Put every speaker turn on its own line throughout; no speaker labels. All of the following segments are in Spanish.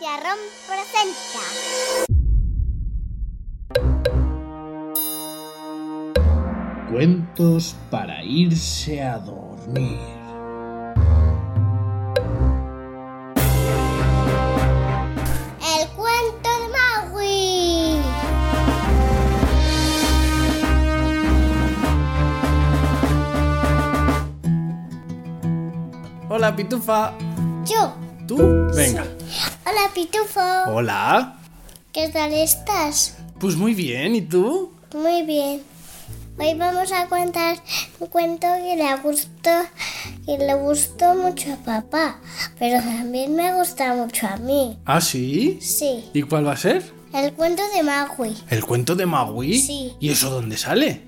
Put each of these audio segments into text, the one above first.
Viarrón presenta.
Cuentos para irse a dormir.
El cuento de Maui.
Hola, Pitufa.
Yo.
¿Tú? Venga.
Hola, Pitufo.
Hola.
¿Qué tal estás?
Pues muy bien, ¿y tú?
Muy bien. Hoy vamos a contar un cuento que le gustó, que le gustó mucho a papá, pero también me gusta mucho a mí.
¿Ah, sí?
Sí,
¿Y cuál va a ser?
el cuento de Maui.
¿El cuento de Maui?
Sí.
¿Y eso dónde sale?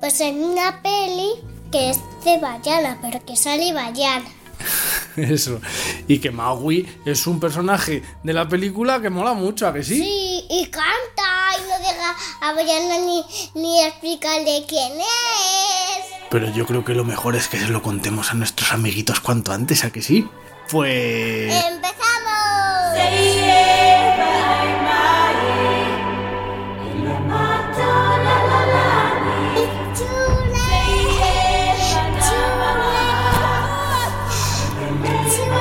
Pues en una peli que es de Bayana, pero que sale Bayana.
Eso. Y que Maui es un personaje de la película que mola mucho, ¿a que sí?
Sí, y canta y no deja a Bayana ni, ni explicarle quién es.
Pero yo creo que lo mejor es que se lo contemos a nuestros amiguitos cuanto antes, ¿a que sí? Pues...
¡Empezamos! Chula, chula,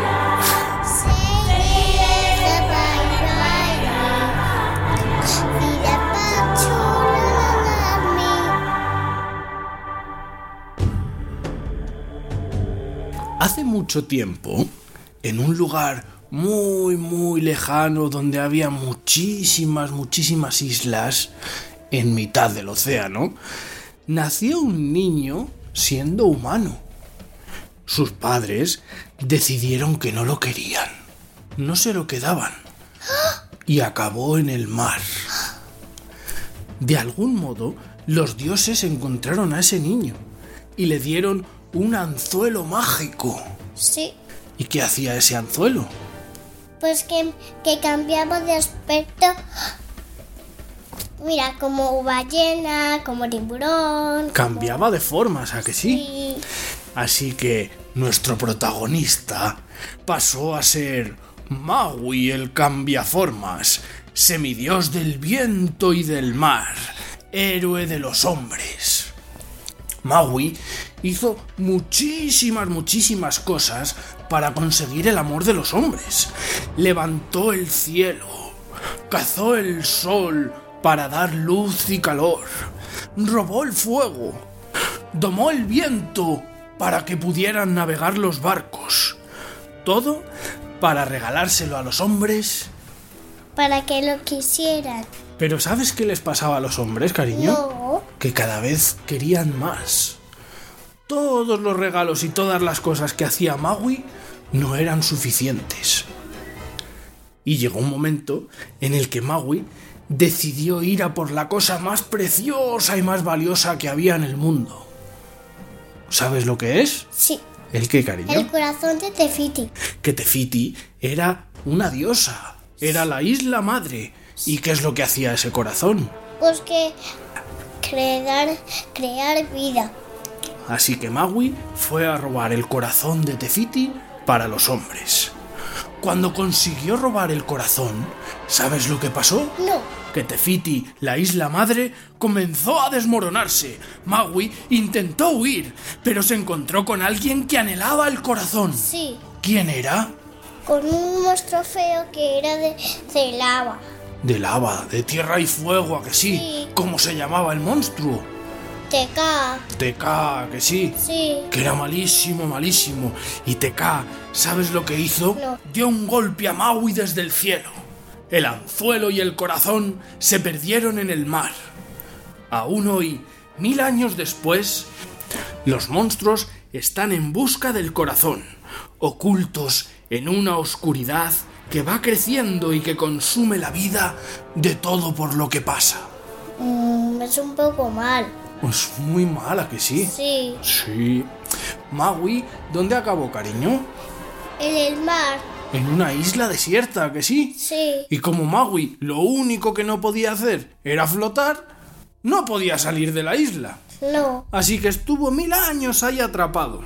chula, say it, bye, bye. Vida pa' chula, mi.
Hace mucho tiempo, en un lugar muy, muy lejano donde había muchísimas, muchísimas islas en mitad del océano, nació un niño siendo humano. Sus padres decidieron que no lo querían, no se lo quedaban y acabó en el mar. De algún modo, los dioses encontraron a ese niño y le dieron un anzuelo mágico.
Sí,
¿Y qué hacía ese anzuelo?
pues que, que cambiamos de aspecto. Mira, como ballena, como tiburón.
Cambiaba de formas, ¿a que sí?
Y
Así que nuestro protagonista pasó a ser Maui el cambiaformas, semidios del viento y del mar, héroe de los hombres. Maui hizo muchísimas, muchísimas cosas para conseguir el amor de los hombres. Levantó el cielo, cazó el sol para dar luz y calor, robó el fuego, domó el viento para que pudieran navegar los barcos. Todo para regalárselo a los hombres.
para que lo quisieran.
Pero ¿sabes qué les pasaba a los hombres, cariño?
No.
que cada vez querían más. Todos los regalos y todas las cosas que hacía Maui no eran suficientes. Y llegó un momento en el que Maui decidió ir a por la cosa más preciosa y más valiosa que había en el mundo. ¿Sabes lo que es?
Sí.
¿El qué, cariño?
El corazón de Tefiti.
que Tefiti era una diosa, era la isla madre. ¿Y qué es lo que hacía ese corazón?
Pues que crear, crear vida.
Así que Maui fue a robar el corazón de Tefiti para los hombres. Cuando consiguió robar el corazón, ¿sabes lo que pasó?
No.
Que Tefiti, la isla madre, comenzó a desmoronarse. Maui intentó huir, pero se encontró con alguien que anhelaba el corazón.
Sí.
¿Quién era?
Con un monstruo feo que era de, de lava.
De lava, de tierra y fuego, a que sí.
Sí.
¿Cómo se llamaba el monstruo?
Teca.
Teca, ¿a que sí.
Sí.
que era malísimo, malísimo. Y TK, ¿sabes lo que hizo?
No.
Dio un golpe a Maui desde el cielo. El anzuelo y el corazón se perdieron en el mar. Aún hoy, mil años después, los monstruos están en busca del corazón, ocultos en una oscuridad que va creciendo y que consume la vida de todo por lo que pasa.
Mm, es un poco mal.
Es Pues muy mala que sí.
Sí.
Sí. Maui, ¿dónde acabó, cariño?
En el mar.
En una isla desierta, que sí.
Sí.
Y como Maui lo único que no podía hacer era flotar, no podía salir de la isla.
No.
Así que estuvo mil años ahí atrapado.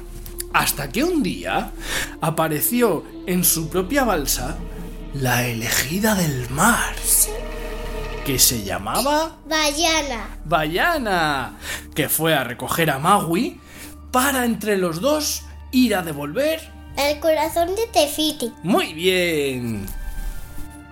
Hasta que un día apareció en su propia balsa la elegida del mar, que se llamaba
Bayana.
Bayana, que fue a recoger a Maui para entre los dos ir a devolver.
El corazón de Tefiti.
Muy bien.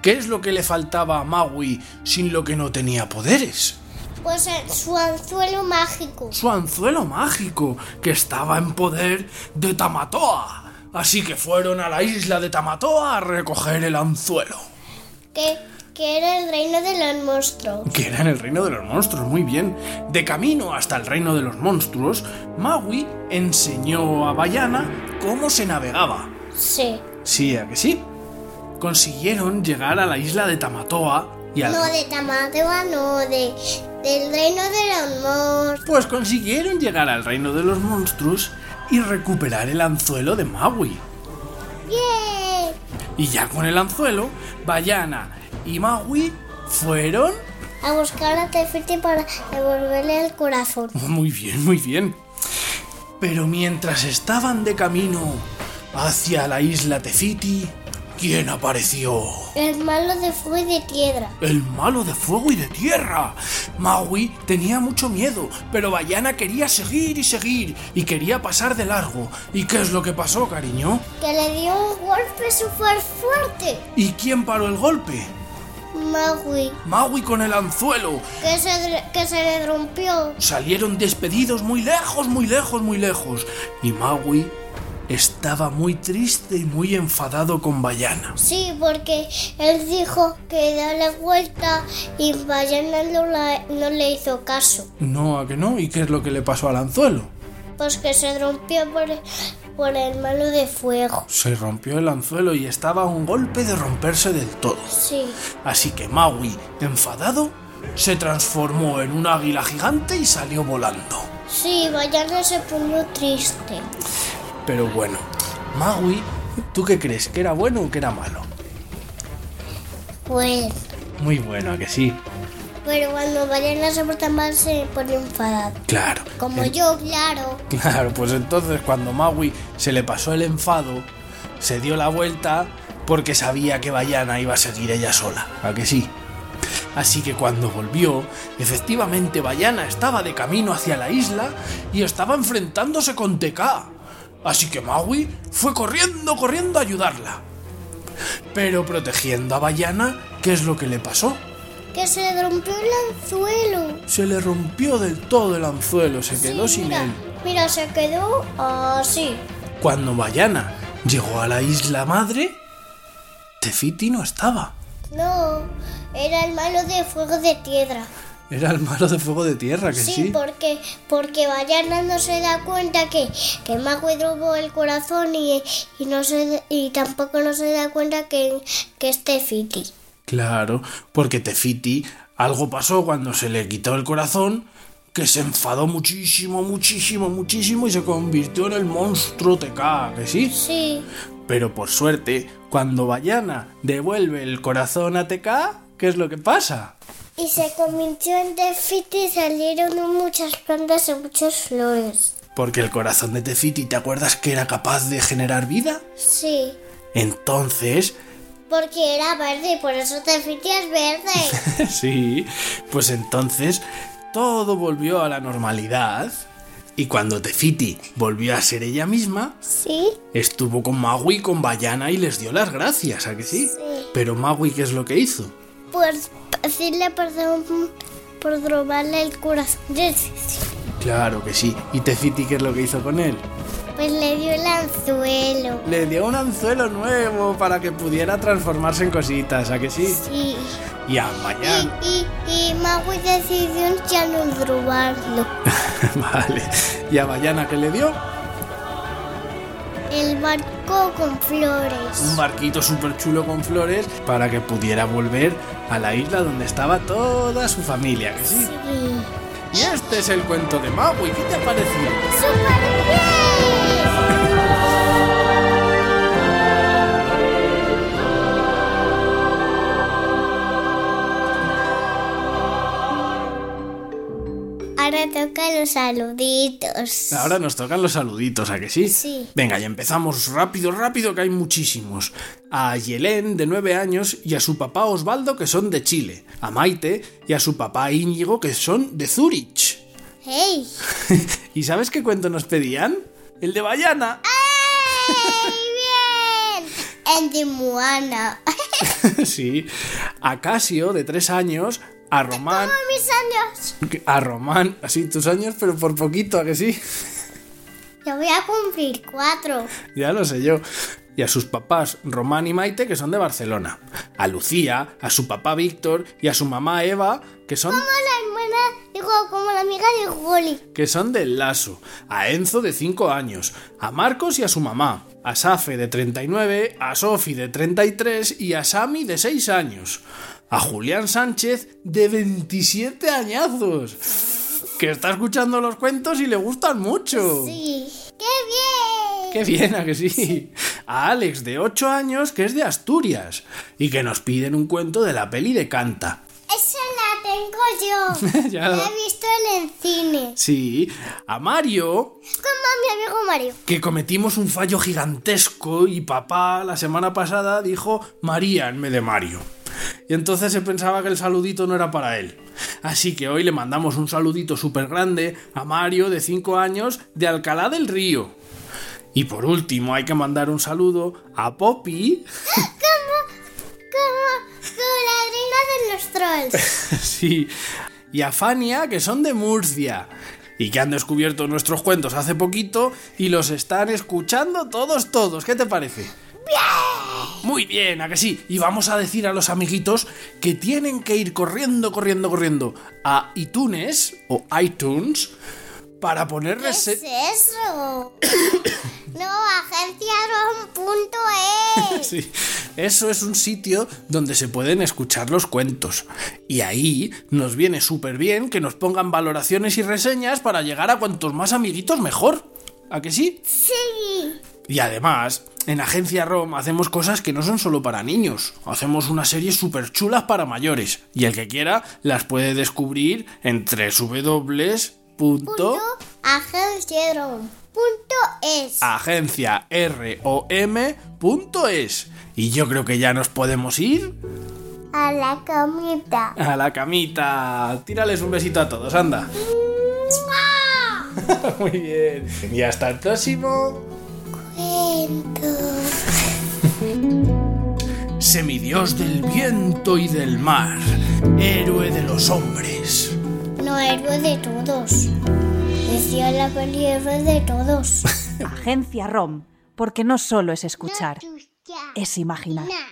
¿Qué es lo que le faltaba a Maui sin lo que no tenía poderes?
Pues el- su anzuelo mágico.
Su anzuelo mágico, que estaba en poder de Tamatoa. Así que fueron a la isla de Tamatoa a recoger el anzuelo.
Que, que era el reino de los monstruos.
que era en el reino de los monstruos, muy bien. De camino hasta el reino de los monstruos, Maui enseñó a Bayana cómo se navegaba.
Sí.
Sí, a que sí. Consiguieron llegar a la isla de Tamatoa y al...
No de Tamatewa, no de, del reino de los monstruos.
Pues consiguieron llegar al reino de los monstruos y recuperar el anzuelo de Maui.
¡Bien!
Y ya con el anzuelo, Bayana y Maui fueron...
A buscar a Tefiti para devolverle el corazón.
Muy bien, muy bien. Pero mientras estaban de camino hacia la isla Tefiti, ¿quién apareció?
El malo de fuego y de piedra.
El malo de fuego y de tierra. Maui tenía mucho miedo, pero Bayana quería seguir y seguir y quería pasar de largo. ¿Y qué es lo que pasó, cariño?
Que le dio un golpe súper fuerte.
¿Y quién paró el golpe?
Magui.
Maui con el anzuelo.
Que se, dr- que se le rompió.
Salieron despedidos muy lejos, muy lejos, muy lejos. Y Maui estaba muy triste y muy enfadado con Bayana.
Sí, porque él dijo que da la vuelta y Bayana no, la- no le hizo caso.
No, a que no. ¿Y qué es lo que le pasó al anzuelo?
Pues que se rompió por, por el malo de fuego.
Ah, Se rompió el anzuelo y estaba a un golpe de romperse del todo.
Sí.
Así que Maui, enfadado, se transformó en un águila gigante y salió volando.
Sí, Bayana se puso triste.
Pero bueno, Maui, ¿tú qué crees? ¿Que era bueno o que era malo?
Pues,
Muy bueno, ¿a que sí.
pero cuando Bayana se porta mal se pone enfadado.
Claro.
Como yo, claro.
Claro, pues entonces cuando Maui se le pasó el enfado, se dio la vuelta porque sabía que Bayana iba a seguir ella sola, ¿a que sí? Así que cuando volvió, efectivamente Bayana estaba de camino hacia la isla y estaba enfrentándose con TK. Así que Maui fue corriendo, corriendo a ayudarla. Pero protegiendo a Bayana, ¿qué es lo que le pasó?
Que se le rompió el anzuelo.
Se le rompió del todo el anzuelo, se quedó
Sí,
sin
mira,
él.
Mira, se quedó así.
Cuando Bayana llegó a la isla madre, Tefiti no estaba.
No, era el malo de fuego de piedra.
Era el malo de fuego de tierra, que
Sí,
sí.
porque porque Bayana no se da cuenta que que Magui robó el corazón y, y no se y tampoco no se da cuenta que que es Tefiti.
Claro, porque Tefiti algo pasó cuando se le quitó el corazón, que se enfadó muchísimo, muchísimo, muchísimo y se convirtió en el monstruo TK, que sí.
Sí,
Pero por suerte, cuando Bayana devuelve el corazón a TK, ¿qué es lo que pasa?
y se convirtió en Tefiti y salieron muchas plantas y muchas flores.
Porque el corazón de Tefiti, ¿te acuerdas que era capaz de generar vida?
Sí,
Entonces,
porque era verde y por eso Tefiti es verde.
Sí, pues entonces todo volvió a la normalidad y cuando Tefiti volvió a ser ella misma,
sí,
estuvo con Maui, con Bayana y les dio las gracias, ¿a que sí?
Sí.
Pero Maui, ¿qué es lo que hizo?
pues decirle perdón por robarle el corazón. de Tefiti.
Claro que sí. ¿Y Tefiti qué es lo que hizo con él?
Pues le dio el anzuelo.
Le dio un anzuelo nuevo para que pudiera transformarse en cositas, ¿a que sí?
Sí.
Y a
Y,
Bayana.
y, y Maui decidió ya no robarlo.
vale. ¿Y a Bayana qué le dio?
El barco con
un
flores.
barquito súper chulo con flores para que pudiera volver a la isla donde estaba toda su familia, que sí.
Sí.
Y este es el cuento de Maui, ¿qué te ha parecido?
¡Súper bien! Ahora toca los saluditos.
Ahora nos tocan los saluditos, ¿a que sí?
Sí.
Venga, y empezamos rápido, rápido, que hay muchísimos. A Yelén, de 9 años, y a su papá Osvaldo, que son de Chile. A Maite y a su papá Íñigo, que son de Zurich.
¡Hey!
¿Y sabes qué cuento nos pedían? El de Bayana.
¡Hey! ¡Bien! El de Moana.
sí. A Casio, de 3 años. A Román.
Como mis años.
A Román, así tus años, pero por poquito, ¿a que sí?
Yo voy a cumplir cuatro.
Ya lo sé yo. Y a sus papás, Román y Maite, que son de Barcelona. A Lucía, a su papá Víctor y a su mamá Eva, que son,
Como la hermana, digo, como la amiga de Goli.
que son del Lazo. A Enzo, de 5 años. A Marcos y a su mamá. A Safe, de 39. A Sofi, de 33. Y a Sami, de 6 años. A Julián Sánchez, de 27 añazos. Que está escuchando los cuentos y le gustan mucho.
Sí. ¡Qué bien!
¡Qué bien, a que sí! A Alex, de 8 años, que es de Asturias, y que nos piden un cuento de la peli de Canta.
Esa la tengo yo.
Ya.
La he visto en el cine.
Sí, a Mario,
Como mi amigo Mario.
que cometimos un fallo gigantesco y papá la semana pasada dijo María en vez de Mario. Y entonces se pensaba que el saludito no era para él. Así que hoy le mandamos un saludito súper grande a Mario de 5 años de Alcalá del Río. Y por último hay que mandar un saludo a Poppy,
Como, como, como la reina de los trolls.
Sí. Y a Fania, que son de Murcia. Y que han descubierto nuestros cuentos hace poquito y los están escuchando todos, todos. ¿Qué te parece? Muy bien, a que sí. Y vamos a decir a los amiguitos que tienen que ir corriendo, corriendo, corriendo a iTunes o iTunes para poner
¿Qué es
rese-
eso? no, agenciaron.es.
Sí, eso es un sitio donde se pueden escuchar los cuentos. Y ahí nos viene súper bien que nos pongan valoraciones y reseñas para llegar a cuantos más amiguitos mejor. ¿A que sí?
Sí.
Y además, en Agencia ROM hacemos cosas que no son solo para niños. Hacemos unas series súper chulas para mayores. Y el que quiera las puede descubrir en www.agenciarom.es.
Punto agenciaron.es.
Ah. Y yo creo que ya nos podemos ir.
A la comida.
A la camita. Tírales un besito a todos, anda. Muy bien. Y hasta el próximo.
Cuento.
Semidios del viento y del mar. Héroe de los hombres.
No, héroe de todos. Decía la peli héroe de todos.
Agencia ROM, porque no solo es escuchar, es imaginar.
Nah.